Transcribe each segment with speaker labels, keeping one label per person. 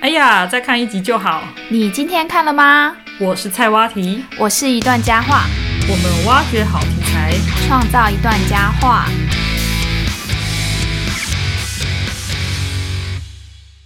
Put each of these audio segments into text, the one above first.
Speaker 1: 哎呀，再看一集就好。
Speaker 2: 你今天看了吗？
Speaker 1: 我是菜蛙题，
Speaker 2: 我是一段佳话，
Speaker 1: 我们挖掘好题材。
Speaker 2: 创造一段佳话。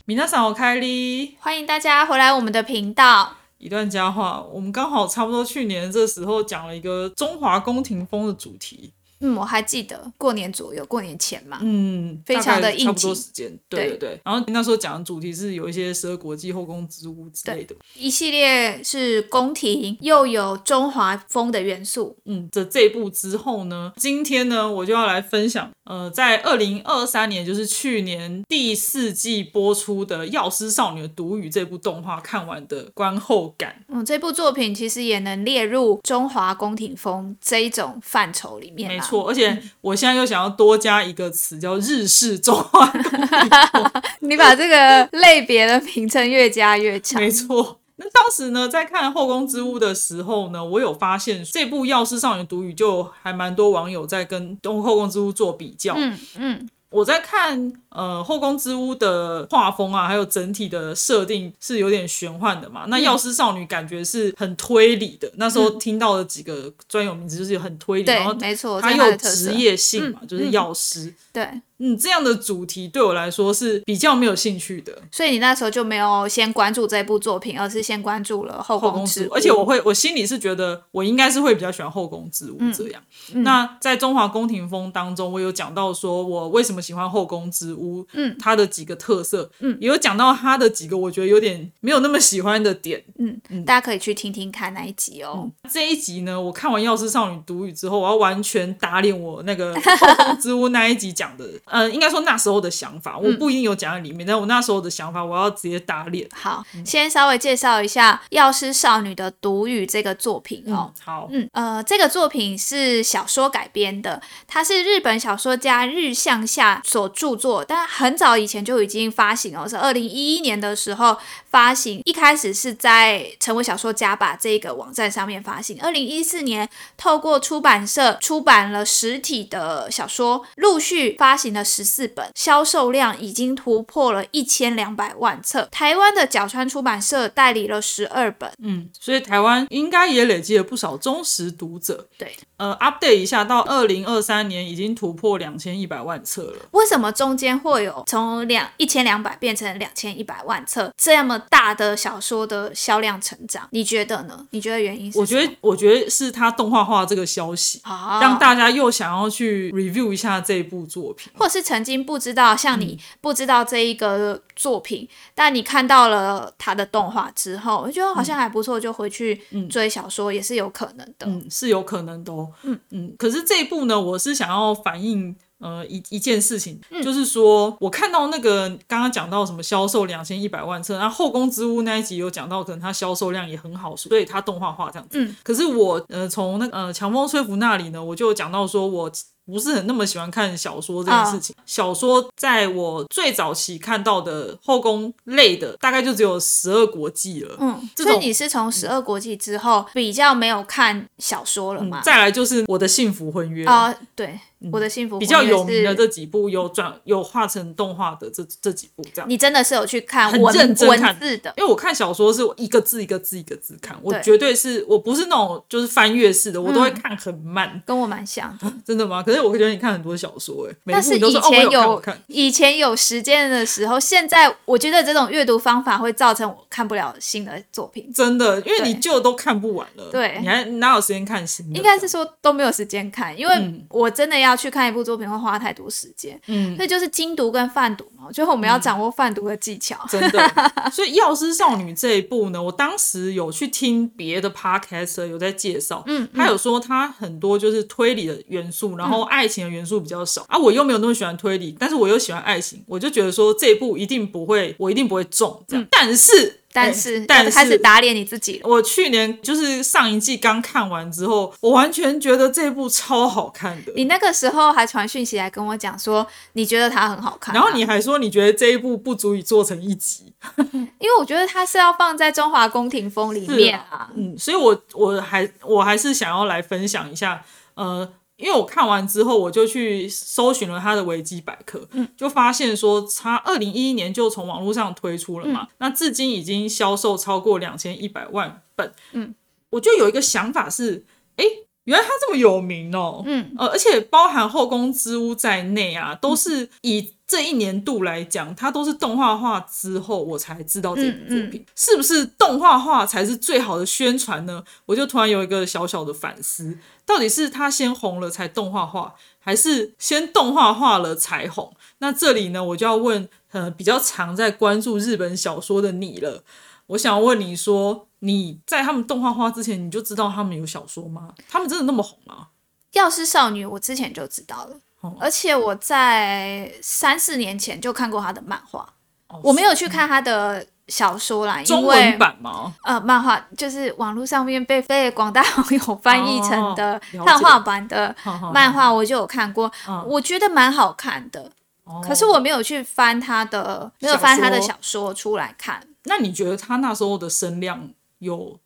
Speaker 1: 米娜桑，我开哩。
Speaker 2: 欢迎大家回来我们的频道。
Speaker 1: 一段佳话，我们刚好差不多去年这时候讲了一个中华宫廷风的主题，
Speaker 2: 嗯，我还记得过年左右，过年前嘛。
Speaker 1: 嗯，
Speaker 2: 非常
Speaker 1: 大
Speaker 2: 的
Speaker 1: 概
Speaker 2: 应
Speaker 1: 差不多
Speaker 2: 景
Speaker 1: 时间，对对
Speaker 2: 对
Speaker 1: 对。然后那时候讲的主题是有一些蛇国际后宫之屋之类的，
Speaker 2: 一系列是宫廷，又有中华风的元素。
Speaker 1: 嗯，这这一部之后呢，今天呢，我就要来分享，呃，在二零二三年，就是去年第四季播出的《药师少女的毒语》这部动画看完的观后感。
Speaker 2: 嗯，这部作品其实也能列入中华宫廷风这一种范畴里面。
Speaker 1: 没，错，而且
Speaker 2: 嗯
Speaker 1: 我现在又想要多加一个词，叫日式中华 宫。
Speaker 2: 你把这个类别的名称越加越强。
Speaker 1: 没错。那当时呢，在看《后宫之屋》的时候呢，我有发现这部《药师少女的毒语》就还蛮多网友在跟《后宫之屋》做比较。
Speaker 2: 嗯嗯，
Speaker 1: 我在看呃《后宫之屋》的画风啊，还有整体的设定是有点玄幻的嘛。那
Speaker 2: 嗯
Speaker 1: 《药师少女》感觉是很推理的，那时候听到的几个专有名词就是很推理，然后
Speaker 2: 对，没错，
Speaker 1: 它
Speaker 2: 这是它
Speaker 1: 又
Speaker 2: 的特色
Speaker 1: 职。业性嘛，
Speaker 2: 嗯
Speaker 1: 就是药师。
Speaker 2: 对，
Speaker 1: 嗯，这样的主题对我来说是比较没有兴趣的。
Speaker 2: 所以你那时候就没有先关注这部作品，而是先关注了《后
Speaker 1: 后
Speaker 2: 宫
Speaker 1: 宫之
Speaker 2: 之
Speaker 1: 物
Speaker 2: 物》，
Speaker 1: 而且我会，我心里是觉得我应该是会比较喜欢后宫之物
Speaker 2: 嗯
Speaker 1: 这样。那在中华宫廷风当中，我有讲到说我为什么喜欢后宫之屋，
Speaker 2: 嗯，
Speaker 1: 它的几个特色，
Speaker 2: 嗯，
Speaker 1: 也有讲到它的几个我觉得有点没有那么喜欢的点。
Speaker 2: 嗯，大家可以去听听看那一集哦。
Speaker 1: 这一集呢，我看完《药师少女独语》之后，我要完全打脸我那个后宫之屋那一集讲的， 呃，应该说那时候的想法，
Speaker 2: 嗯
Speaker 1: 我不一定有讲在里面，但我那时候的想法，我要直接打脸。
Speaker 2: 好，先稍微介绍一下《药师少女的毒语》这个作品哦。
Speaker 1: 嗯，好，
Speaker 2: 嗯，呃，这个作品是小说改编的，它是日本小说家日向夏所著作，但很早以前就已经发行哦，是二零一一年的时候发行，一开始是在成为小说家吧这个网站上面发行，二零一四年透过出版社出版了实体的小说，陆续发行了十四本，销售量已经突破了一千两百万册，台湾的角川出版社代理了十二本，
Speaker 1: 嗯，所以台湾应该也累积了不少忠实读者。
Speaker 2: 对。
Speaker 1: 呃，update 一下，到二零二三年已经突破两千一百万册了。
Speaker 2: 为什么中间会有从两一千两百变成两千一百万册这么大的小说的销量成长？你觉得呢？你觉得原因是什么？
Speaker 1: 我觉得，我觉得是他动画化这个消息，
Speaker 2: 啊，
Speaker 1: 让大家又想要去 review 一下这部作品。
Speaker 2: 哦或是曾经不知道，像
Speaker 1: 嗯
Speaker 2: 你不知道这一个作品，但你看到了它的动画之后，我觉得好像还不错，就回去追小说也是有可能的。
Speaker 1: 嗯，是有可能的哦。嗯嗯，可是这一部呢，我是想要反映。呃，一一件事情，
Speaker 2: 嗯
Speaker 1: 就是说我看到那个刚刚讲到什么销售两千一百万册，然后《后宫之屋》那一集有讲到，可能它销售量也很好，所以它动画化这样子。
Speaker 2: 嗯、
Speaker 1: 可是我呃从那个呃强风吹拂那里呢，我就有讲到说我不是很那么喜欢看小说这件事
Speaker 2: 啊
Speaker 1: 情。小说在我最早期看到的后宫类的，大概就只有十二国记了。
Speaker 2: 嗯，
Speaker 1: 这
Speaker 2: 所以
Speaker 1: 种
Speaker 2: 你是从十二国际之后比较没有看小说了吗？
Speaker 1: 再来就是我的幸福婚约
Speaker 2: 啊、对，我的幸福
Speaker 1: 嗯比较
Speaker 2: 婚约
Speaker 1: 有名的
Speaker 2: 是
Speaker 1: 这几部有转有画成动画的这这几部这样。
Speaker 2: 你真的是有去看
Speaker 1: 很
Speaker 2: 文
Speaker 1: 认真看
Speaker 2: 文字的，
Speaker 1: 因为我看小说是我一个字一个字一个字看，我
Speaker 2: 对嗯
Speaker 1: 绝对是我不是那种就是翻阅式的，我都会看很慢，
Speaker 2: 跟我蛮像的。
Speaker 1: 真的吗？可是我觉得你看很多小说、欸，哎，每
Speaker 2: 但
Speaker 1: 一部
Speaker 2: 是
Speaker 1: 哎你都说哦，我
Speaker 2: 以前
Speaker 1: 有看我看，
Speaker 2: 以前有时间的时候，现在我觉得这种阅读方法会造成我看不了新的作品，
Speaker 1: 真的，因为
Speaker 2: 对
Speaker 1: 你旧都看不完了，
Speaker 2: 对
Speaker 1: 你还哪有时间看新的？
Speaker 2: 应该是说都没有时间看，因为我真的要去看一部作品会花太多时间。
Speaker 1: 嗯，
Speaker 2: 所以就是精读跟泛读嘛，最后我们要掌握泛读的技巧。
Speaker 1: 真的。 所以《药师少女》这一部呢，我当时有去听别的 podcast 有在介绍，
Speaker 2: 嗯
Speaker 1: 他有说他很多就是推理的元素，然后爱情的元素比较少、啊。我又没有那么喜欢推理，但是我又喜欢爱情，我就觉得说这一部一定不会，我一定不会中这样。但是，
Speaker 2: 嗯但
Speaker 1: 哎
Speaker 2: 是，
Speaker 1: 但
Speaker 2: 开始
Speaker 1: 是。
Speaker 2: 打脸你自己了。
Speaker 1: 我去年就是上一季刚看完之后，我完全觉得这部超好看的。
Speaker 2: 你那个时候还传讯息来跟我讲说，你觉得它很好看啊、
Speaker 1: 然后你还说你觉得这一部不足以做成一集，
Speaker 2: 因为我觉得它是要放在中华宫廷风里面啊，
Speaker 1: 嗯，所以我我还我还是想要来分享一下，呃，因为我看完之后，我就去搜寻了他的维基百科，嗯，就发现说他二零一一年就从网络上推出了嘛，那至今已经销售超过两千一百万本，
Speaker 2: 嗯，
Speaker 1: 我就有一个想法是，哎、原来他这么有名哦、
Speaker 2: 嗯，
Speaker 1: 呃，而且包含《后宫之屋》在内啊，都是以这一年度来讲，它都是动画化之后我才知道这部作品，是不是动画化才是最好的宣传呢？我就突然有一个小小的反思，到底是他先红了才动画化，还是先动画化了才红？那这里呢，我就要问，呃，比较常在关注日本小说的你了，我想问你说，你在他们动画化之前，你就知道他们有小说吗？他们真的那么红吗？
Speaker 2: 药师少女我之前就知道了，
Speaker 1: 哦
Speaker 2: 而且我在三四年前就看过她的漫画，
Speaker 1: 哦
Speaker 2: 我没有去看她的小说啦，
Speaker 1: 中
Speaker 2: 因为
Speaker 1: 文版吗？
Speaker 2: 呃，漫画就是网络上面被被广大网友翻译成的
Speaker 1: 哦了解
Speaker 2: 汉化版的
Speaker 1: 好好好
Speaker 2: 漫画，我就有看过，
Speaker 1: 嗯
Speaker 2: 我觉得蛮好看的。
Speaker 1: 哦
Speaker 2: 可是我没有去翻他的，没有翻他的小说出来看。
Speaker 1: 那你觉得他那时候的声量有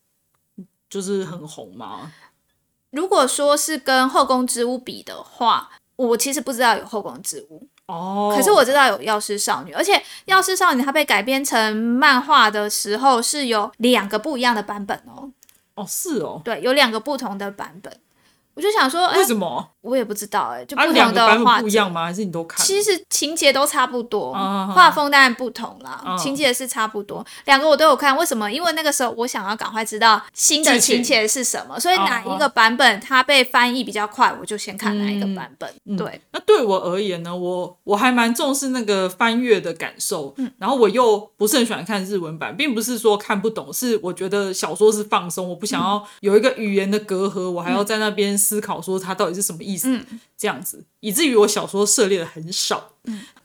Speaker 1: 就是很红吗？
Speaker 2: 如果说是跟《后宫之屋》比的话，我其实不知道有《后宫之屋》
Speaker 1: 哦，
Speaker 2: 可是我知道有《药师少女》，而且《药师少女》它被改编成漫画的时候是有两个不一样的版本哦，
Speaker 1: 哦是哦，
Speaker 2: 对，有两个不同的版本。我就想说，哎、
Speaker 1: 为什么？
Speaker 2: 我也不知道、哎，就不
Speaker 1: 啊，
Speaker 2: 同
Speaker 1: 两个
Speaker 2: 的
Speaker 1: 版
Speaker 2: 画
Speaker 1: 本
Speaker 2: 者
Speaker 1: 不一样吗？还是你都看？
Speaker 2: 其实情节都差不多，
Speaker 1: 啊
Speaker 2: 画风当然不同啦，
Speaker 1: 啊
Speaker 2: 情节是差不多。两个我都有看，为什么？因为那个时候我想要赶快知道新的
Speaker 1: 剧情
Speaker 2: 情节是什么，所以哪
Speaker 1: 啊啊
Speaker 2: 一个版本它被翻译比较快，我就先看哪一
Speaker 1: 嗯
Speaker 2: 个版本。对，
Speaker 1: 那对我而言呢，我我还蛮重视那个翻阅的感受，然后我又不是很喜欢看日文版，并不是说看不懂，是我觉得小说是放松，我不想要有一个语言的隔阂，我还要在那边思考说它到底是什么意思，这样子，以至于我小说涉猎的很少。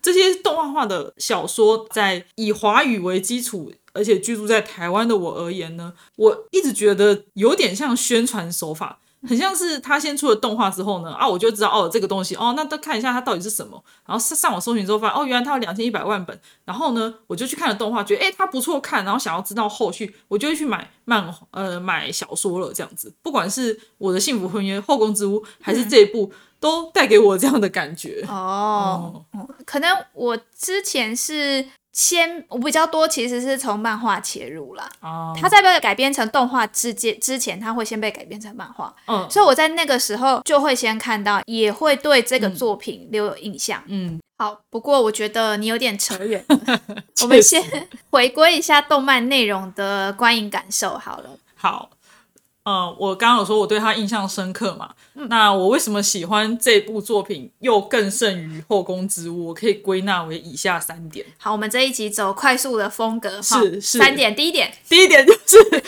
Speaker 1: 这些动画化的小说，在以华语为基础，而且居住在台湾的我而言呢，我一直觉得有点像宣传手法，很像是他先出了动画之后呢，啊，我就知道哦这个东西，哦，那再看一下它到底是什么，然后上上网搜寻之后发现，哦，原来它有两千一百万本，然后呢，我就去看了动画，觉得诶它不错看，然后想要知道后续，我就会去买漫呃买小说了，这样子，不管是我的幸福婚约、后宫之屋，还是这一部，都带给我这样的感觉。
Speaker 2: 哦，
Speaker 1: 哦
Speaker 2: 可能我之前是先我比较多，其实是从漫画切入啦。
Speaker 1: 啊，
Speaker 2: 它在被改编成动画之间之前，它会先被改编成漫画，
Speaker 1: 嗯
Speaker 2: 所以我在那个时候就会先看到，也会对这个作品留有印象。
Speaker 1: 嗯，
Speaker 2: 好，不过我觉得你有点扯远了，我
Speaker 1: 确
Speaker 2: 们
Speaker 1: 实
Speaker 2: 先 回归一下动漫内容的观影感受好了。
Speaker 1: 好，呃，我刚刚有说我对他印象深刻嘛，
Speaker 2: 嗯
Speaker 1: 那我为什么喜欢这部作品又更胜于《后宫之物》？我可以归纳为以下三 点。
Speaker 2: 好，我们这一集走快速的风格，哈
Speaker 1: 是是
Speaker 2: 三点。第一点，
Speaker 1: 第一点就是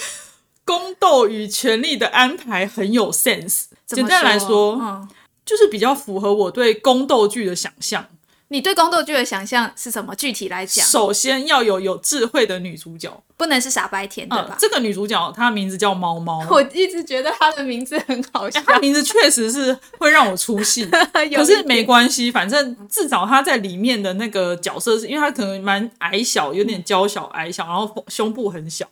Speaker 1: 宫斗与权力的安排很有 sense。
Speaker 2: 怎
Speaker 1: 简
Speaker 2: 么
Speaker 1: 单来说，
Speaker 2: 嗯，
Speaker 1: 就是比较符合我对宫斗剧的想象。
Speaker 2: 你对宫斗剧的想象是什么？具体来讲，
Speaker 1: 首先要有有智慧的女主角，
Speaker 2: 不能是傻白甜，对
Speaker 1: 嗯
Speaker 2: 吧，？
Speaker 1: 这个女主角她名字叫猫猫，
Speaker 2: 我一直觉得她的名字很好笑，
Speaker 1: 她名字确实是会让我出戏。
Speaker 2: 有
Speaker 1: 可是
Speaker 2: 一点
Speaker 1: 没关系，反正至少他在里面的那个角色是，因为他可能蛮矮小，有点娇小矮小，然后胸部很小，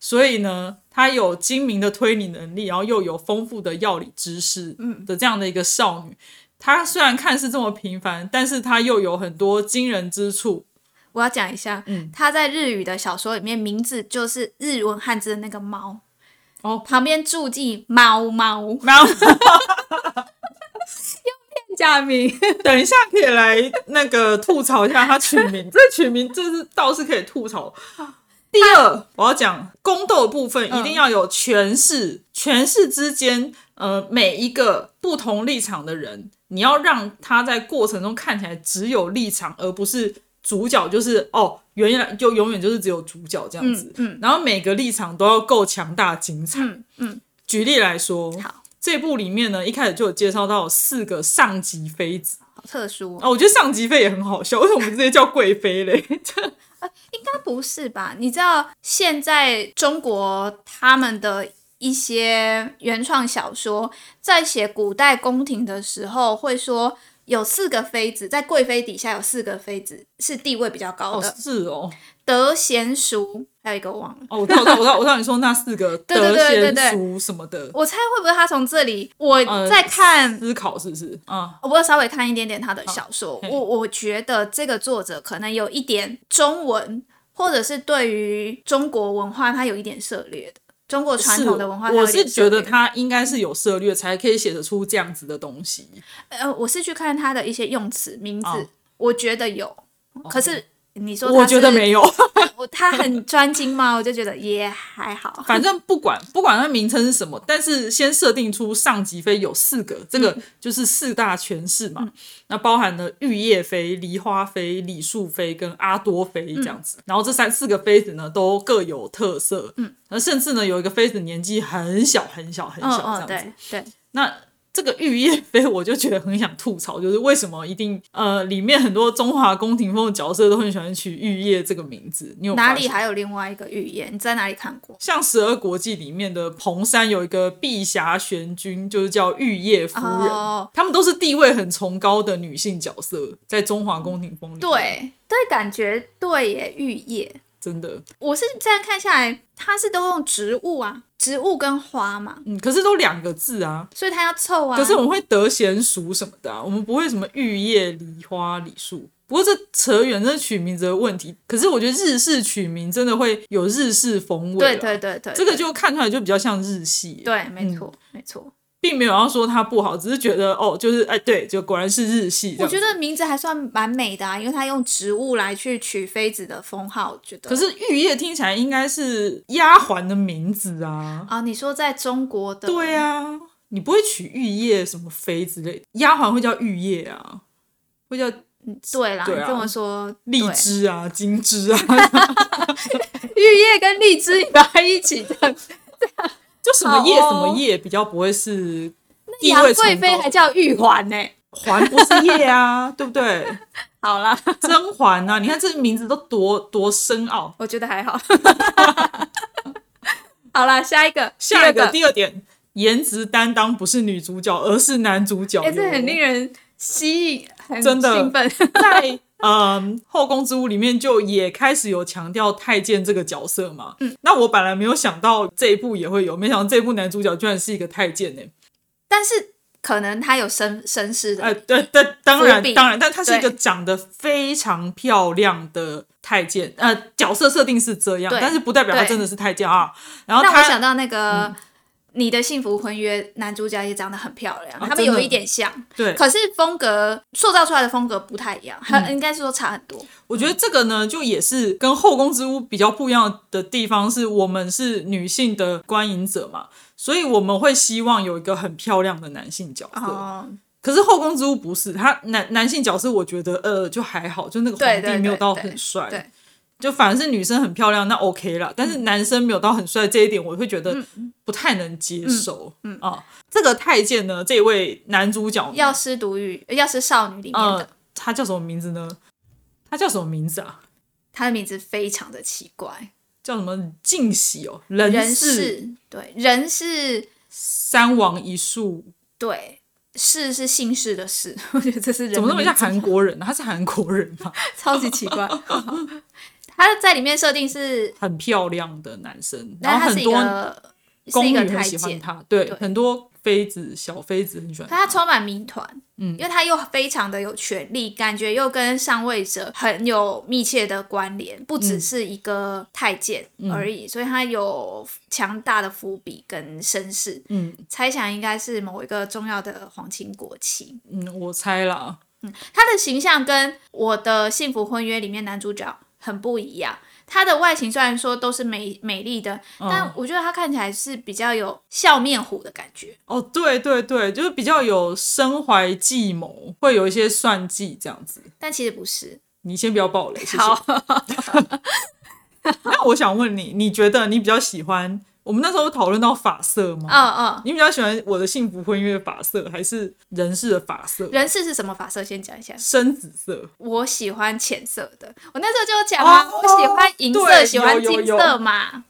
Speaker 1: 所以呢，他有精明的推理能力，然后又有丰富的药理知识的这样的一个少女。她虽然看似这么平凡，但是她又有很多惊人之处。
Speaker 2: 我要讲一下，他在日语的小说里面名字就是日文汉字的那个猫，
Speaker 1: 哦
Speaker 2: 旁边注记猫猫
Speaker 1: 然后
Speaker 2: 假名，
Speaker 1: 等一下可以来那个吐槽一下他取 名，这取名这是倒是可以吐槽。第二，我要讲宫斗的部分一
Speaker 2: 嗯
Speaker 1: 定要有权势，权势之间，呃，每一个不同立场的人，你要让他在过程中看起来只有立场，而不是主角就是哦，原来就永远就是只有主角这样子。
Speaker 2: 嗯嗯
Speaker 1: 然后每个立场都要够强大精彩。
Speaker 2: 嗯嗯，
Speaker 1: 举例来说，
Speaker 2: 好
Speaker 1: 这部里面呢，一开始就有介绍到有四个上级妃子。
Speaker 2: 好特殊、哦，
Speaker 1: 啊，我觉得上级妃也很好笑，为什 么不直接叫贵妃 嘞？
Speaker 2: 应该不是吧？你知道现在中国他们的一些原创小说在写古代宫廷的时候，会说有四个妃子，在贵妃底下有四个妃子是地位比较 高
Speaker 1: 哦
Speaker 2: 的，
Speaker 1: 是哦，
Speaker 2: 德贤淑，还有一个我忘了。
Speaker 1: 哦，我知道，我知道，我知道，我知道你说那四个
Speaker 2: 对对
Speaker 1: 德
Speaker 2: 对对
Speaker 1: 贤
Speaker 2: 对
Speaker 1: 淑什么的，
Speaker 2: 我猜会不会他从这里？我
Speaker 1: 呃
Speaker 2: 在看，
Speaker 1: 思考是不是？啊，
Speaker 2: 我有稍微看一点点他的小说，
Speaker 1: 嘿
Speaker 2: 我我觉得这个作者可能有一点中文，或者是对于中国文化他有一点涉猎的，中国传统的文化
Speaker 1: 是
Speaker 2: 他有
Speaker 1: 我
Speaker 2: 一点
Speaker 1: 是
Speaker 2: 涉
Speaker 1: 觉
Speaker 2: 猎
Speaker 1: 得他应该是有涉猎，才可以写得出这样子的东西。
Speaker 2: 呃，我是去看他的一些用词名字，
Speaker 1: 哦
Speaker 2: 我觉得有，可是你说
Speaker 1: 我
Speaker 2: 他
Speaker 1: 觉得
Speaker 2: 是
Speaker 1: 没有，
Speaker 2: 我他很专精吗？我就觉得也还好。
Speaker 1: 反正不管不管它名称是什么，但是先设定出上级妃有四个，这
Speaker 2: 嗯
Speaker 1: 个就是四大权势嘛。那包含了玉叶妃、梨花妃、李树妃跟阿多妃这样
Speaker 2: 嗯
Speaker 1: 子。然后这三四个妃子呢，都各有特色。嗯，那甚至呢，有一个妃子年纪很小很小很
Speaker 2: 嗯
Speaker 1: 小这样
Speaker 2: 嗯，
Speaker 1: 子。
Speaker 2: 对对，
Speaker 1: 那这个玉叶妃，我就觉得很想吐槽，就是为什么一定呃，里面很多中华宫廷风的角色都很喜欢取玉叶这个名字，你有
Speaker 2: 哪
Speaker 1: 发
Speaker 2: 里
Speaker 1: 现？
Speaker 2: 还有另外一个预言？你在哪里看过？
Speaker 1: 像《十二国记》里面的彭山有一个碧霞玄君，就是叫玉叶夫人，
Speaker 2: 哦
Speaker 1: 她们都是地位很崇高的女性角色，在中华宫廷风里面。，
Speaker 2: 对对，感觉对耶，玉叶。
Speaker 1: 真的，
Speaker 2: 我是这样看下来，他是都用植物啊，植物跟花嘛，
Speaker 1: 嗯，可是都两个字啊。
Speaker 2: 所以他要凑啊。
Speaker 1: 可是我们会得贤淑什么的、啊，我们不会什么玉叶、梨花、李树。不过这扯远，这是取名字的问题。可是我觉得日式取名真的会有日式风味啊、
Speaker 2: 对对对对，
Speaker 1: 这个就看出来就比较像日系，
Speaker 2: 对，没错、没错。
Speaker 1: 并没有要说它不好，只是觉得哦，就是哎，对，就果然是日系这
Speaker 2: 我
Speaker 1: 样子。
Speaker 2: 觉得名字还算蛮美的啊，因为他用植物来去取妃子的封号，我觉得。
Speaker 1: 可是玉叶听起来应该是丫鬟的名字啊。
Speaker 2: 啊，你说在中国的
Speaker 1: 对啊，你不会取玉叶什么妃之类的，丫鬟会叫玉叶啊，会叫
Speaker 2: 对啦，
Speaker 1: 对啊
Speaker 2: 你这么说，
Speaker 1: 荔
Speaker 2: 对
Speaker 1: 枝啊、金枝啊，
Speaker 2: 玉叶跟荔枝 你把它一起这 样，
Speaker 1: 就什么叶
Speaker 2: 好
Speaker 1: 什
Speaker 2: 哦
Speaker 1: 么叶比较不会是地
Speaker 2: 杨
Speaker 1: 位
Speaker 2: 贵
Speaker 1: 崇
Speaker 2: 妃还
Speaker 1: 高。
Speaker 2: 叫玉环呢、
Speaker 1: 环不是叶啊， 对不对？
Speaker 2: 好啦，
Speaker 1: 甄嬛啊，你看这名字都多多深奥。
Speaker 2: 我觉得还好。 好啦，下一个，
Speaker 1: 下一
Speaker 2: 第二
Speaker 1: 个第二点，颜值担当不是女主角，而是男主角。
Speaker 2: 哎、这很令人吸引，很
Speaker 1: 真的
Speaker 2: 兴奋。
Speaker 1: 在嗯《后宫之物》里面就也开始有强调太监这个角色嘛。嗯，那我本来没有想到这一部也会有，没想到这一部男主角居然是一个太监呢、
Speaker 2: 但是可能他有绅绅士的，
Speaker 1: 哎、对对，当然
Speaker 2: 嗯伏笔
Speaker 1: 当然，但他是
Speaker 2: 对
Speaker 1: 一个长得非常漂亮的太监，呃，角色设定是这样
Speaker 2: 对，
Speaker 1: 但是不代表他
Speaker 2: 对
Speaker 1: 真的是太监啊。然后
Speaker 2: 让我
Speaker 1: 他嗯
Speaker 2: 想到那个。你的幸福婚约男主角也长得很漂亮，他们
Speaker 1: 哦真
Speaker 2: 有
Speaker 1: 的
Speaker 2: 一点像，
Speaker 1: 对，嗯
Speaker 2: 可是风格塑造出来的风格不太一样，很、应该是说差很多。
Speaker 1: 我觉得这个呢，就也是跟《后宫之屋》比较不一样的地方，是我们是女性的观影者嘛，所以我们会希望有一个很漂亮的男性角色。
Speaker 2: 哦，
Speaker 1: 可是《后宫之屋》不是，他男男性角色，我觉得呃就还好，就那个
Speaker 2: 对
Speaker 1: 皇
Speaker 2: 对
Speaker 1: 帝
Speaker 2: 对
Speaker 1: 没有到
Speaker 2: 对
Speaker 1: 很帅，
Speaker 2: 对嗯
Speaker 1: 就反而是女生很漂亮，那 OK 啦。但是男生没有到很帅这一点，我会觉得不太能接受。嗯啊，这个太监呢，这位男主角呢
Speaker 2: 药师独语，呃药师少女里面的，
Speaker 1: 呃，他叫什么名字呢？他叫什么名字啊？
Speaker 2: 她的名字非常的奇怪，
Speaker 1: 叫什么静喜哦，人
Speaker 2: 人
Speaker 1: 是
Speaker 2: 是，对，人是，
Speaker 1: 三王一树，
Speaker 2: 对，是是姓氏的氏， 我觉得这是人
Speaker 1: 怎么那
Speaker 2: 的
Speaker 1: 么像
Speaker 2: 名字
Speaker 1: 韩国人、啊？他是韩国人吗？
Speaker 2: 超级奇怪。 他在里面设定是，
Speaker 1: 很漂亮的男生，然
Speaker 2: 但
Speaker 1: 后
Speaker 2: 他是
Speaker 1: 很
Speaker 2: 一
Speaker 1: 多
Speaker 2: 个是
Speaker 1: 宫
Speaker 2: 一
Speaker 1: 女
Speaker 2: 个
Speaker 1: 很
Speaker 2: 太
Speaker 1: 喜欢
Speaker 2: 监，
Speaker 1: 他，对，
Speaker 2: 对
Speaker 1: 很多妃子、小妃子很喜欢
Speaker 2: 可
Speaker 1: 他。
Speaker 2: 他充满谜团，嗯，因为他又非常的有权力，感觉又跟上位者很有密切的关联，不
Speaker 1: 嗯
Speaker 2: 只是一个太监而已，所以他有强大的伏笔跟身世，
Speaker 1: 嗯
Speaker 2: 猜想应该是某一个重要的皇亲国戚。
Speaker 1: 嗯，我猜啦，
Speaker 2: 他的形象跟我的《幸福婚约》里面男主角很不一样。他的外形虽然说都是美美丽的，
Speaker 1: 嗯
Speaker 2: 但我觉得他看起来是比较有笑面虎的感觉。
Speaker 1: 哦，对对对，就是比较有身怀计谋，会有一些算计这样子。
Speaker 2: 但其实不是。
Speaker 1: 你先不要暴雷，谢谢。
Speaker 2: 好，
Speaker 1: 那我想问你，你觉得你比较喜欢？我们那时候讨论到发色吗？
Speaker 2: 嗯嗯，
Speaker 1: 你比较喜欢我的幸福婚约的发色，还是人世的发色？
Speaker 2: 人事是什么发色？先讲一下。
Speaker 1: 深紫色，
Speaker 2: 我喜欢浅色的，我那时候就有讲啊，
Speaker 1: 哦
Speaker 2: 我喜欢银色，
Speaker 1: 对
Speaker 2: 喜欢
Speaker 1: 有有
Speaker 2: 金色嘛。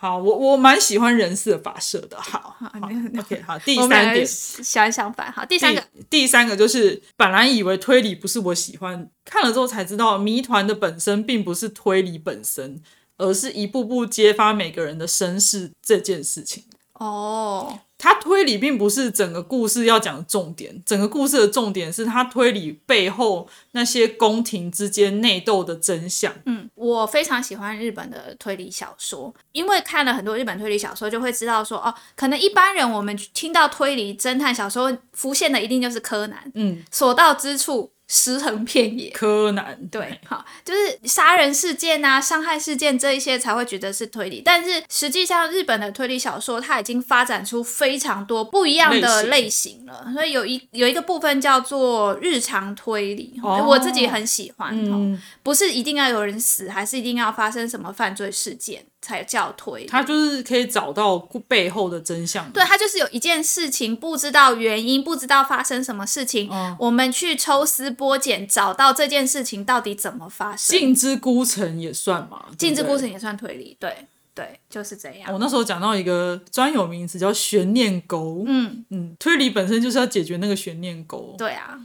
Speaker 1: 好，我我蛮喜欢人事的发射的。好，好
Speaker 2: 哦没有没有
Speaker 1: ，OK，好，第
Speaker 2: 我
Speaker 1: 三
Speaker 2: 们
Speaker 1: 点，
Speaker 2: 相相反，好，第三
Speaker 1: 第
Speaker 2: 个，
Speaker 1: 第三个就是本来以为推理不是我喜欢，看了之后才知道，谜团的本身并不是推理本身，而是一步步揭发每个人的身世这件事情。
Speaker 2: 哦，
Speaker 1: 他推理并不是整个故事要讲的重点，整个故事的重点是他推理背后那些宫廷之间内斗的真相。
Speaker 2: 嗯，我非常喜欢日本的推理小说，因为看了很多日本推理小说，就会知道说，哦，可能一般人我们听到推理侦探小说浮现的一定就是柯南，
Speaker 1: 嗯，
Speaker 2: 所到之处尸横遍野。
Speaker 1: 柯南
Speaker 2: 对， 好，就是杀人事件啊、伤害事件这一些才会觉得是推理，但是实际上日本的推理小说它已经发展出非常多不一样的类
Speaker 1: 类
Speaker 2: 型了，
Speaker 1: 嗯
Speaker 2: 所以有一有一个部分叫做日常推理，
Speaker 1: 哦
Speaker 2: 我自己很喜欢、哦，
Speaker 1: 嗯，
Speaker 2: 不是一定要有人死，还是一定要发生什么犯罪事件才叫推理。
Speaker 1: 他就是可以找到故背后的真相。
Speaker 2: 对，它就是有一件事情不知道原因，不知道发生什么事情，
Speaker 1: 哦
Speaker 2: 我们去抽丝剥茧，找到这件事情到底怎么发生。
Speaker 1: 镜之孤城也算嘛？对不
Speaker 2: 禁止
Speaker 1: 对
Speaker 2: 过程也算推理，对对，就是这样。
Speaker 1: 我那时候讲到一个专有名词叫悬念钩，
Speaker 2: 嗯，
Speaker 1: 嗯，推理本身就是要解决那个悬念钩。
Speaker 2: 对啊，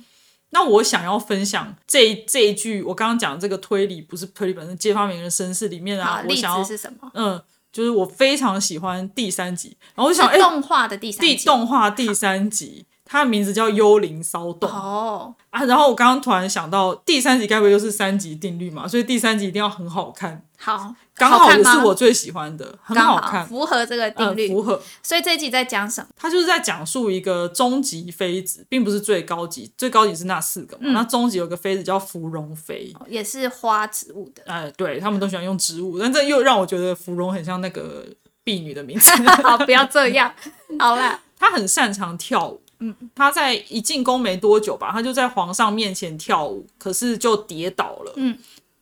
Speaker 1: 那我想要分享这一这一句，我刚刚讲的这个推理不是推理本身，揭发每个人身世里面
Speaker 2: 好，
Speaker 1: 啊，我
Speaker 2: 例
Speaker 1: 想
Speaker 2: 子
Speaker 1: 要
Speaker 2: 是什么？
Speaker 1: 嗯，就是我非常喜欢第三集，然后我就想哎
Speaker 2: 是，动画的第三
Speaker 1: 第
Speaker 2: 集。
Speaker 1: 动画第三集，它的名字叫《幽灵骚动》
Speaker 2: 哦，
Speaker 1: 啊，然后我刚刚突然想到第三集该不会又是三级定律嘛？所以第三集一定要很好看，
Speaker 2: 好，
Speaker 1: 刚好
Speaker 2: 看
Speaker 1: 也
Speaker 2: 吗
Speaker 1: 是我最喜欢的，很
Speaker 2: 刚
Speaker 1: 好
Speaker 2: 好
Speaker 1: 看，
Speaker 2: 符合这个定
Speaker 1: 嗯，
Speaker 2: 律。
Speaker 1: 符合。
Speaker 2: 所以这一集在讲什么？
Speaker 1: 他就是在讲述一个中级妃子，并不是最高级，最高级是那四个嘛。那中级有个妃子叫芙蓉妃，
Speaker 2: 哦也是花植物的。
Speaker 1: 哎、对他们都喜欢用植物，但这又让我觉得芙蓉很像那个婢女的名字。
Speaker 2: 好，哦不要这样。好啦，
Speaker 1: 她很擅长跳舞，嗯，她在一进宫没多久吧，她就在皇上面前跳舞，可是就跌倒了，
Speaker 2: 嗯，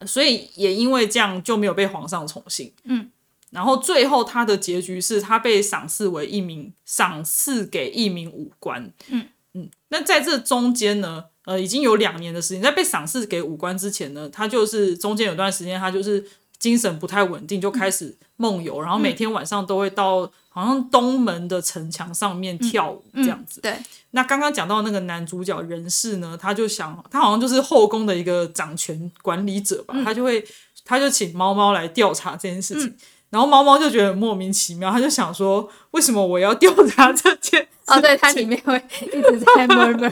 Speaker 1: 所以也因为这样就没有被皇上宠幸，
Speaker 2: 嗯。
Speaker 1: 然后最后她的结局是她被赏赐为一名赏赐给一名武官，
Speaker 2: 嗯
Speaker 1: 嗯。那在这中间呢，呃，已经有两年的时间，在被赏赐给武官之前呢，她就是中间有段时间她就是精神不太稳定，就开始梦游，然后每天晚上都会到好像东门的城墙上面跳舞
Speaker 2: 嗯
Speaker 1: 这样子。
Speaker 2: 对，
Speaker 1: 那刚刚讲到那个男主角人事呢，他就想，他好像就是后宫的一个掌权管理者吧，他就会，他就请猫猫来调查这件事情。然后猫猫就觉得很莫名其妙，他就想说，为什么我要调查这件？
Speaker 2: 哦，对，它里面会一 直在 murmur。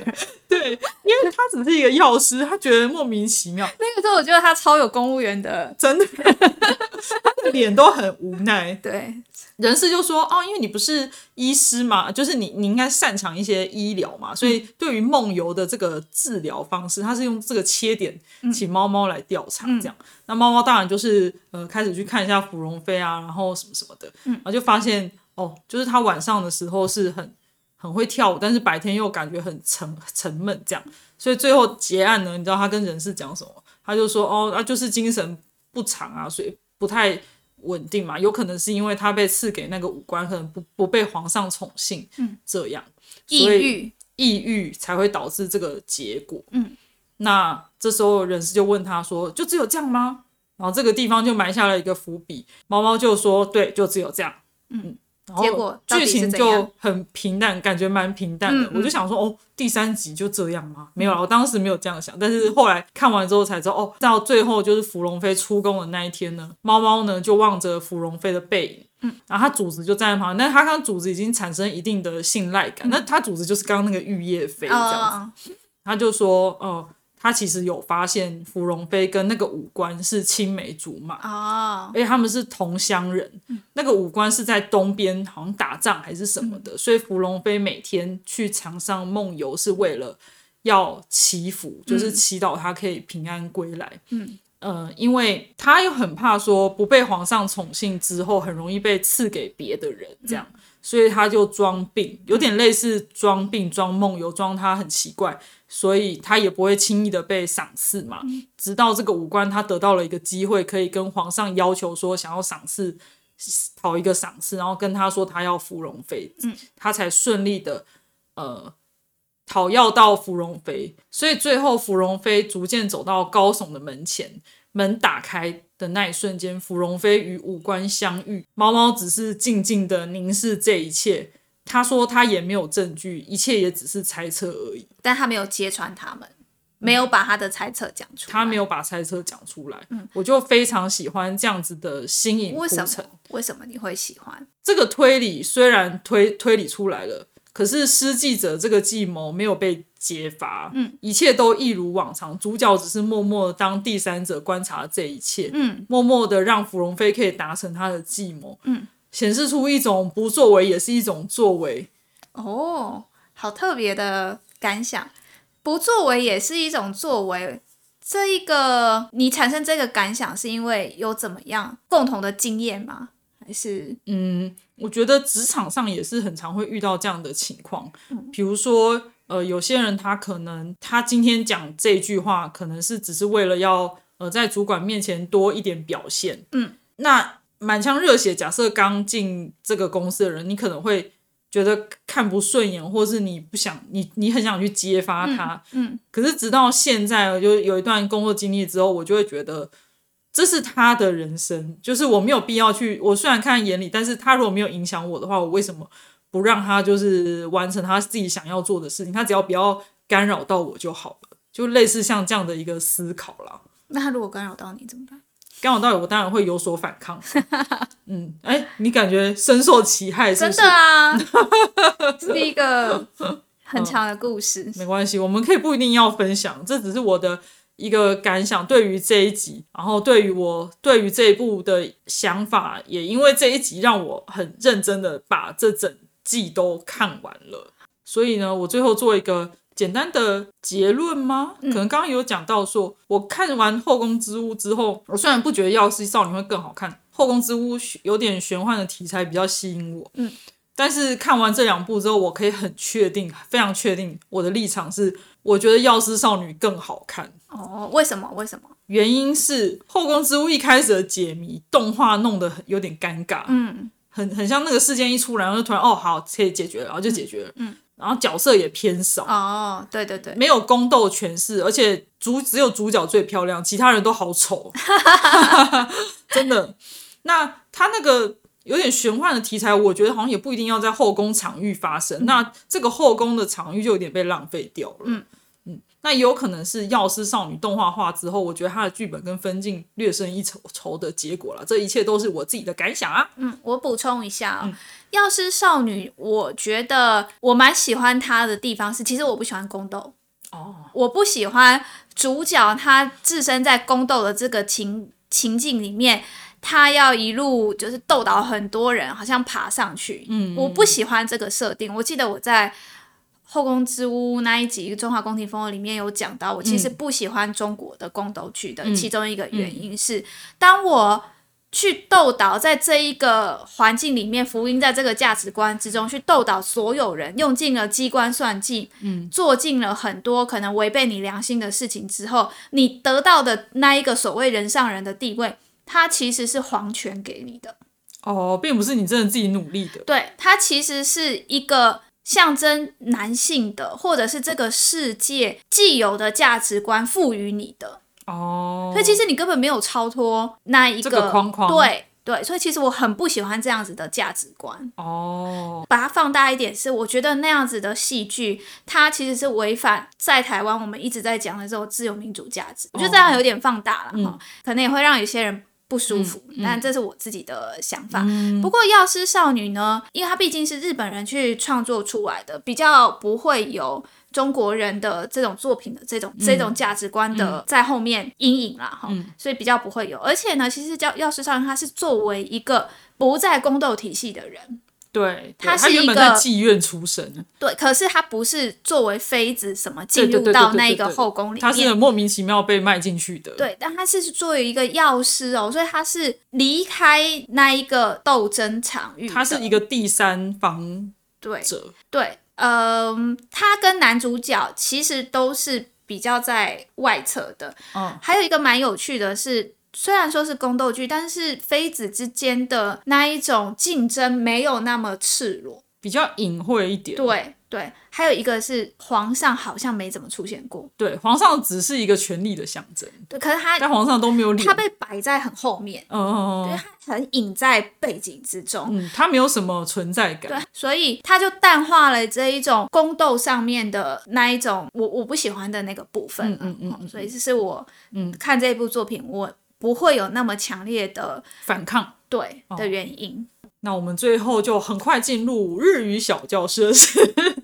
Speaker 1: 对，因为他只是一个药师，他觉得莫名其妙，
Speaker 2: 那个时候我觉得它超有公务员的，
Speaker 1: 真的，他的脸都很无奈。
Speaker 2: 对，
Speaker 1: 人事就说哦，因为你不是医师嘛，就是你你应该擅长一些医疗嘛，所以对于梦游的这个治疗方式，他是用这个切点请猫猫来调查这样。那猫猫当然就是呃开始去看一下芙蓉妃啊，然后什么什么的，然后就发现哦，就是他晚上的时候是很很会跳舞，但是白天又感觉很沉沉闷这样。所以最后结案呢，你知道他跟人事讲什么？他就说哦，啊就是精神不常啊，所以不太稳定嘛，有可能是因为他被赐给那个武官，可能不不被皇上宠幸，嗯，这样
Speaker 2: 抑
Speaker 1: 所以
Speaker 2: 郁。
Speaker 1: 抑郁才会导致这个结果。
Speaker 2: 嗯，
Speaker 1: 那这时候人事就问他说：“就只有这样吗？”然后这个地方就埋下了一个伏笔。猫猫就说：“对，就只有这样。”嗯，然
Speaker 2: 结果
Speaker 1: 后
Speaker 2: 到底
Speaker 1: 剧
Speaker 2: 是
Speaker 1: 情
Speaker 2: 怎样
Speaker 1: 就很平淡，感觉蛮平淡的。
Speaker 2: 嗯嗯嗯
Speaker 1: 我就想说，哦，第三集就这样吗？没有啦，我当时没有这样想，但是后来看完之后才知道，哦，到最后就是芙蓉妃出宫的那一天呢，猫猫呢就望着芙蓉妃的背影。然后他主子就站在旁边，但是他跟主子已经产生一定的信赖感。那他主子就是刚刚那个玉叶妃这样子，
Speaker 2: 哦，
Speaker 1: 他就说，哦、他其实有发现芙蓉妃跟那个武官是青梅竹马，
Speaker 2: 哦，
Speaker 1: 而且他们是同乡人。那个武官是在东边好像打仗还是什么的，所以芙蓉妃每天去场上梦游是为了要祈福，就是祈祷他可以平安归来。
Speaker 2: 嗯。
Speaker 1: 呃，因为他又很怕说不被皇上宠幸之后，很容易被赐给别的人，这样，所以他就装病，有点类似装病、装梦游、装他很奇怪，所以他也不会轻易的被赏赐嘛。直到这个武官他得到了一个机会，可以跟皇上要求说想要赏赐，讨一个赏赐，然后跟他说他要芙蓉妃，
Speaker 2: 嗯
Speaker 1: 他才顺利的呃讨要到芙蓉妃。所以最后芙蓉妃逐渐走到高耸的门前，门打开的那一瞬间，芙蓉妃与五官相遇，猫猫只是静静的凝视这一切。他说他也没有证据，一切也只是猜测而已。
Speaker 2: 但他没有揭穿他们，没有把他的猜测讲出来。
Speaker 1: 他没有把猜测讲出来，我就非常喜欢这样子的新颖铺
Speaker 2: 嗯为什
Speaker 1: 陈。
Speaker 2: 么？为什么你会喜欢？
Speaker 1: 这个推理虽然推推理出来了，可是施记者这个计谋没有被揭发，嗯，一切都一如往常，主角只是默默地当第三者观察这一切，
Speaker 2: 嗯，
Speaker 1: 默默的让芙蓉妃可以达成他的计谋，嗯，显示出一种不作为也是一种作为，
Speaker 2: 哦，好特别的感想。不作为也是一种作为。这一个你产生这个感想，是因为有怎么样共同的经验吗？还是
Speaker 1: 嗯，我觉得职场上也是很常会遇到这样的情况，
Speaker 2: 嗯
Speaker 1: 比如说，呃，有些人他可能他今天讲这句话，可能是只是为了要呃在主管面前多一点表现，
Speaker 2: 嗯，
Speaker 1: 那满腔热血，假设刚进这个公司的人，你可能会觉得看不顺眼，或是你不想你你很想去揭发他，
Speaker 2: 嗯
Speaker 1: 可是直到现在，我就有一段工作经历之后，我就会觉得这是他的人生，就是我没有必要去。我虽然看在眼里，但是他如果没有影响我的话，我为什么不让他就是完成他自己想要做的事情？他只要不要干扰到我就好了，就类似像这样的一个思考啦。
Speaker 2: 那他如果干扰到你怎么办？
Speaker 1: 干扰到我，我当然会有所反抗。嗯，哎、你感觉深受其害是不
Speaker 2: 真
Speaker 1: 是？
Speaker 2: 的啊，这是一 个很长的故事。
Speaker 1: 没关系，我们可以不一定要分享，这只是我的一个感想。对于这一集，然后对于我对于这一部的想法，也因为这一集让我很认真的把这整季都看完了。所以呢，我最后做一个简单的结论吗？可能刚刚有讲到说，我看完《后宫之屋》之后，我虽然不觉得《药师少女》会更好看，《后宫之屋》有点玄幻的题材比较吸引我，但是看完这两部之后，我可以很确定，非常确定我的立场是，我觉得《药师少女》更好看。
Speaker 2: 哦，为什么？为什么？
Speaker 1: 原因是《后宫之物》一开始的解谜动画弄得很有点尴尬，
Speaker 2: 嗯
Speaker 1: 很很像那个事件一出来，然后就突然哦好可以解决了，然后就解决了，嗯，然后角色也偏少，
Speaker 2: 哦，对对对，
Speaker 1: 没有宫斗权势，而且主只有主角最漂亮，其他人都好 丑，真的。那他那个有点玄幻的题材，我觉得好像也不一定要在后宫场域发
Speaker 2: 嗯
Speaker 1: 生。那这个后宫的场域就有点被浪费掉了。嗯那也有可能是《药师少女》动画化之后，我觉得他的剧本跟分镜略胜一筹筹的结果了。这一切都是我自己的感想啊。
Speaker 2: 嗯，我补充一下、哦，药师少女》，我觉得我蛮喜欢她的地方是，其实我不喜欢宫斗，
Speaker 1: 哦，
Speaker 2: 我不喜欢主角他置身在宫斗的这个情情境里面，他要一路就是斗倒很多人，好像爬上去。嗯，我不喜欢这个设定。我记得我在《后宫之屋》那一集《中华宫廷风》里面有讲到，我其实不喜欢中国的宫斗剧的其中一个原因是，当我。去斗倒，在这一个环境里面，福音在这个价值观之中去斗倒所有人，用尽了机关算尽，做尽了很多可能违背你良心的事情之后，你得到的那一个所谓人上人的地位，它其实是皇权给你的。
Speaker 1: 哦，并不是你真的自己努力的。
Speaker 2: 对，它其实是一个象征男性的，或者是这个世界既有的价值观赋予你的。
Speaker 1: 哦，
Speaker 2: 所以其实你根本没有超脱那一
Speaker 1: 这个框框
Speaker 2: 对对，所以其实我很不喜欢这样子的价值观。
Speaker 1: 哦，
Speaker 2: 把它放大一点是，我觉得那样子的戏剧，它其实是违反在台湾我们一直在讲的这种自由民主价值。我觉得这样有点放大了哈、可能也会让有些人不舒服，但这是我自己的想法。不过《药师少女》呢，因为它毕竟是日本人去创作出来的，比较不会有。中国人的这种作品的这种这种价值观的在后面阴影啦，哈、所以比较不会有。而且呢，其实叫药师少女，她是作为一个不在宫斗体系的人，
Speaker 1: 对，
Speaker 2: 他
Speaker 1: 对
Speaker 2: 是一
Speaker 1: 原本
Speaker 2: 个
Speaker 1: 在妓院出身。
Speaker 2: 对，可是他不是作为妃子什么进
Speaker 1: 对对
Speaker 2: 入
Speaker 1: 对
Speaker 2: 到
Speaker 1: 对
Speaker 2: 那
Speaker 1: 对
Speaker 2: 一个
Speaker 1: 对
Speaker 2: 后宫里
Speaker 1: 他是
Speaker 2: 面。
Speaker 1: 很莫名其妙被卖进去的。，
Speaker 2: 对，但他是作为一个药师哦，所以他是离开那一个斗争场域的。
Speaker 1: 他是一个第三方
Speaker 2: 对
Speaker 1: 者，
Speaker 2: 对，嗯、他跟男主角其实都是比较在外侧的。
Speaker 1: 嗯，
Speaker 2: 还有一个蛮有趣的是，虽然说是宫斗剧，但是妃子之间的那一种竞争没有那么赤裸。
Speaker 1: 比较隐晦一点。
Speaker 2: 对，对，还有一个是皇上好像没怎么出现过，
Speaker 1: 对，皇上只是一个权力的象征，
Speaker 2: 对，可是他
Speaker 1: 但皇上都没有脸。
Speaker 2: 他被摆在很后面，
Speaker 1: 嗯嗯
Speaker 2: 对，
Speaker 1: 嗯
Speaker 2: 他很隐在背景之中。
Speaker 1: 嗯，他没有什么存在
Speaker 2: 对
Speaker 1: 感。，
Speaker 2: 所以他就淡化了这一种宫斗上面的那一种我我不喜欢的那个部分
Speaker 1: 嗯
Speaker 2: 啦
Speaker 1: 嗯嗯
Speaker 2: 哦
Speaker 1: 嗯
Speaker 2: 所以这是我看这部作品我不会有那么强烈的
Speaker 1: 反抗。
Speaker 2: 对的原因。
Speaker 1: 那我们最后就很快进入日语小教师的时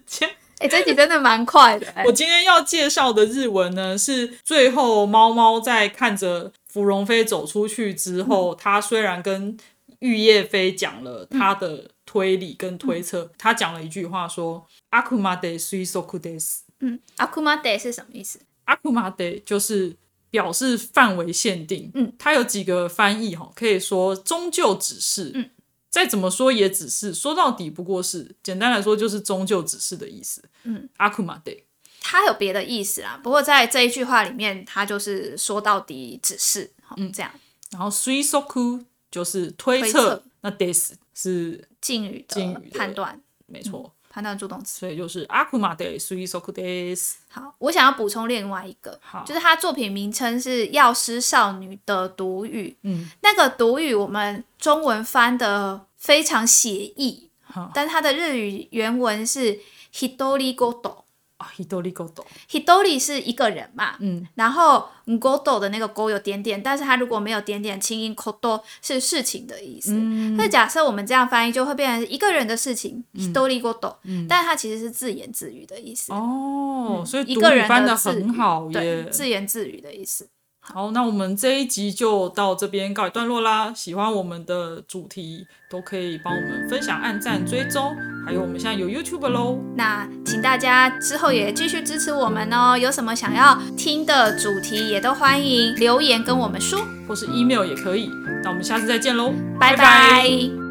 Speaker 1: 间。
Speaker 2: 哎、这集真的蛮快的、哎
Speaker 1: 我今天要介绍的日文呢，是最后猫猫在看着芙蓉飞走出去之
Speaker 2: 嗯
Speaker 1: 后，它虽然跟玉叶飞讲了它的推理跟推
Speaker 2: 嗯
Speaker 1: 测，它讲了一句话说：“阿库玛得虽索库得斯，
Speaker 2: 嗯，akuma day 是什么意思？
Speaker 1: 阿库玛得就是。”表示范围限定，
Speaker 2: 嗯，
Speaker 1: 它有几个翻译哈，可以说终究只是，
Speaker 2: 嗯，
Speaker 1: 再怎么说也只是，说到底不过是，简单来说就是终究只是的意思，
Speaker 2: 嗯，
Speaker 1: 阿库玛得，
Speaker 2: 它有别的意思啦，不过在这一句话里面，它就是说到底只是，嗯，这样
Speaker 1: 然后 s u i s o k u 就是推
Speaker 2: 推
Speaker 1: 测
Speaker 2: 测，
Speaker 1: 那 this 是
Speaker 2: 敬语
Speaker 1: 敬
Speaker 2: 的
Speaker 1: 语的
Speaker 2: 判断，
Speaker 1: 没错，
Speaker 2: 判断助动词。
Speaker 1: 所以就是阿库玛得 s u i s o k u this。
Speaker 2: 好，我想要补充另外一个
Speaker 1: 好，
Speaker 2: 就是他作品名称是《药师少女的独语》，
Speaker 1: 嗯，
Speaker 2: 那个独语我们中文翻的非常写意
Speaker 1: 好，
Speaker 2: 但它的日语原文是 “hidori godo”。
Speaker 1: 啊，hidori godo，
Speaker 2: hidori 是一个人嘛，
Speaker 1: 嗯，
Speaker 2: 然后 godo 的那个 go 有点点，但是它如果没有点点，轻音 kodo 是事情的意思。嗯，那假设我们这样翻译，就会变成一个人的事情
Speaker 1: 嗯
Speaker 2: hidori godo，、但它其实是自言自语的意思。
Speaker 1: 哦，所以
Speaker 2: 一
Speaker 1: 读
Speaker 2: 个
Speaker 1: 语
Speaker 2: 人
Speaker 1: 翻得
Speaker 2: 的自
Speaker 1: 很
Speaker 2: 语
Speaker 1: 好
Speaker 2: 对
Speaker 1: 耶。
Speaker 2: 自言自语的意思。
Speaker 1: 好，那我们这一集就到这边告一段落啦。喜欢我们的主题，都可以帮我们分享、按赞、追踪，还有我们现在有 YouTube 喽。
Speaker 2: 那请大家之后也继续支持我们哦，有什么想要听的主题，也都欢迎留言跟我们说。
Speaker 1: 或是 email 也可以。那我们下次再见喽，
Speaker 2: 拜拜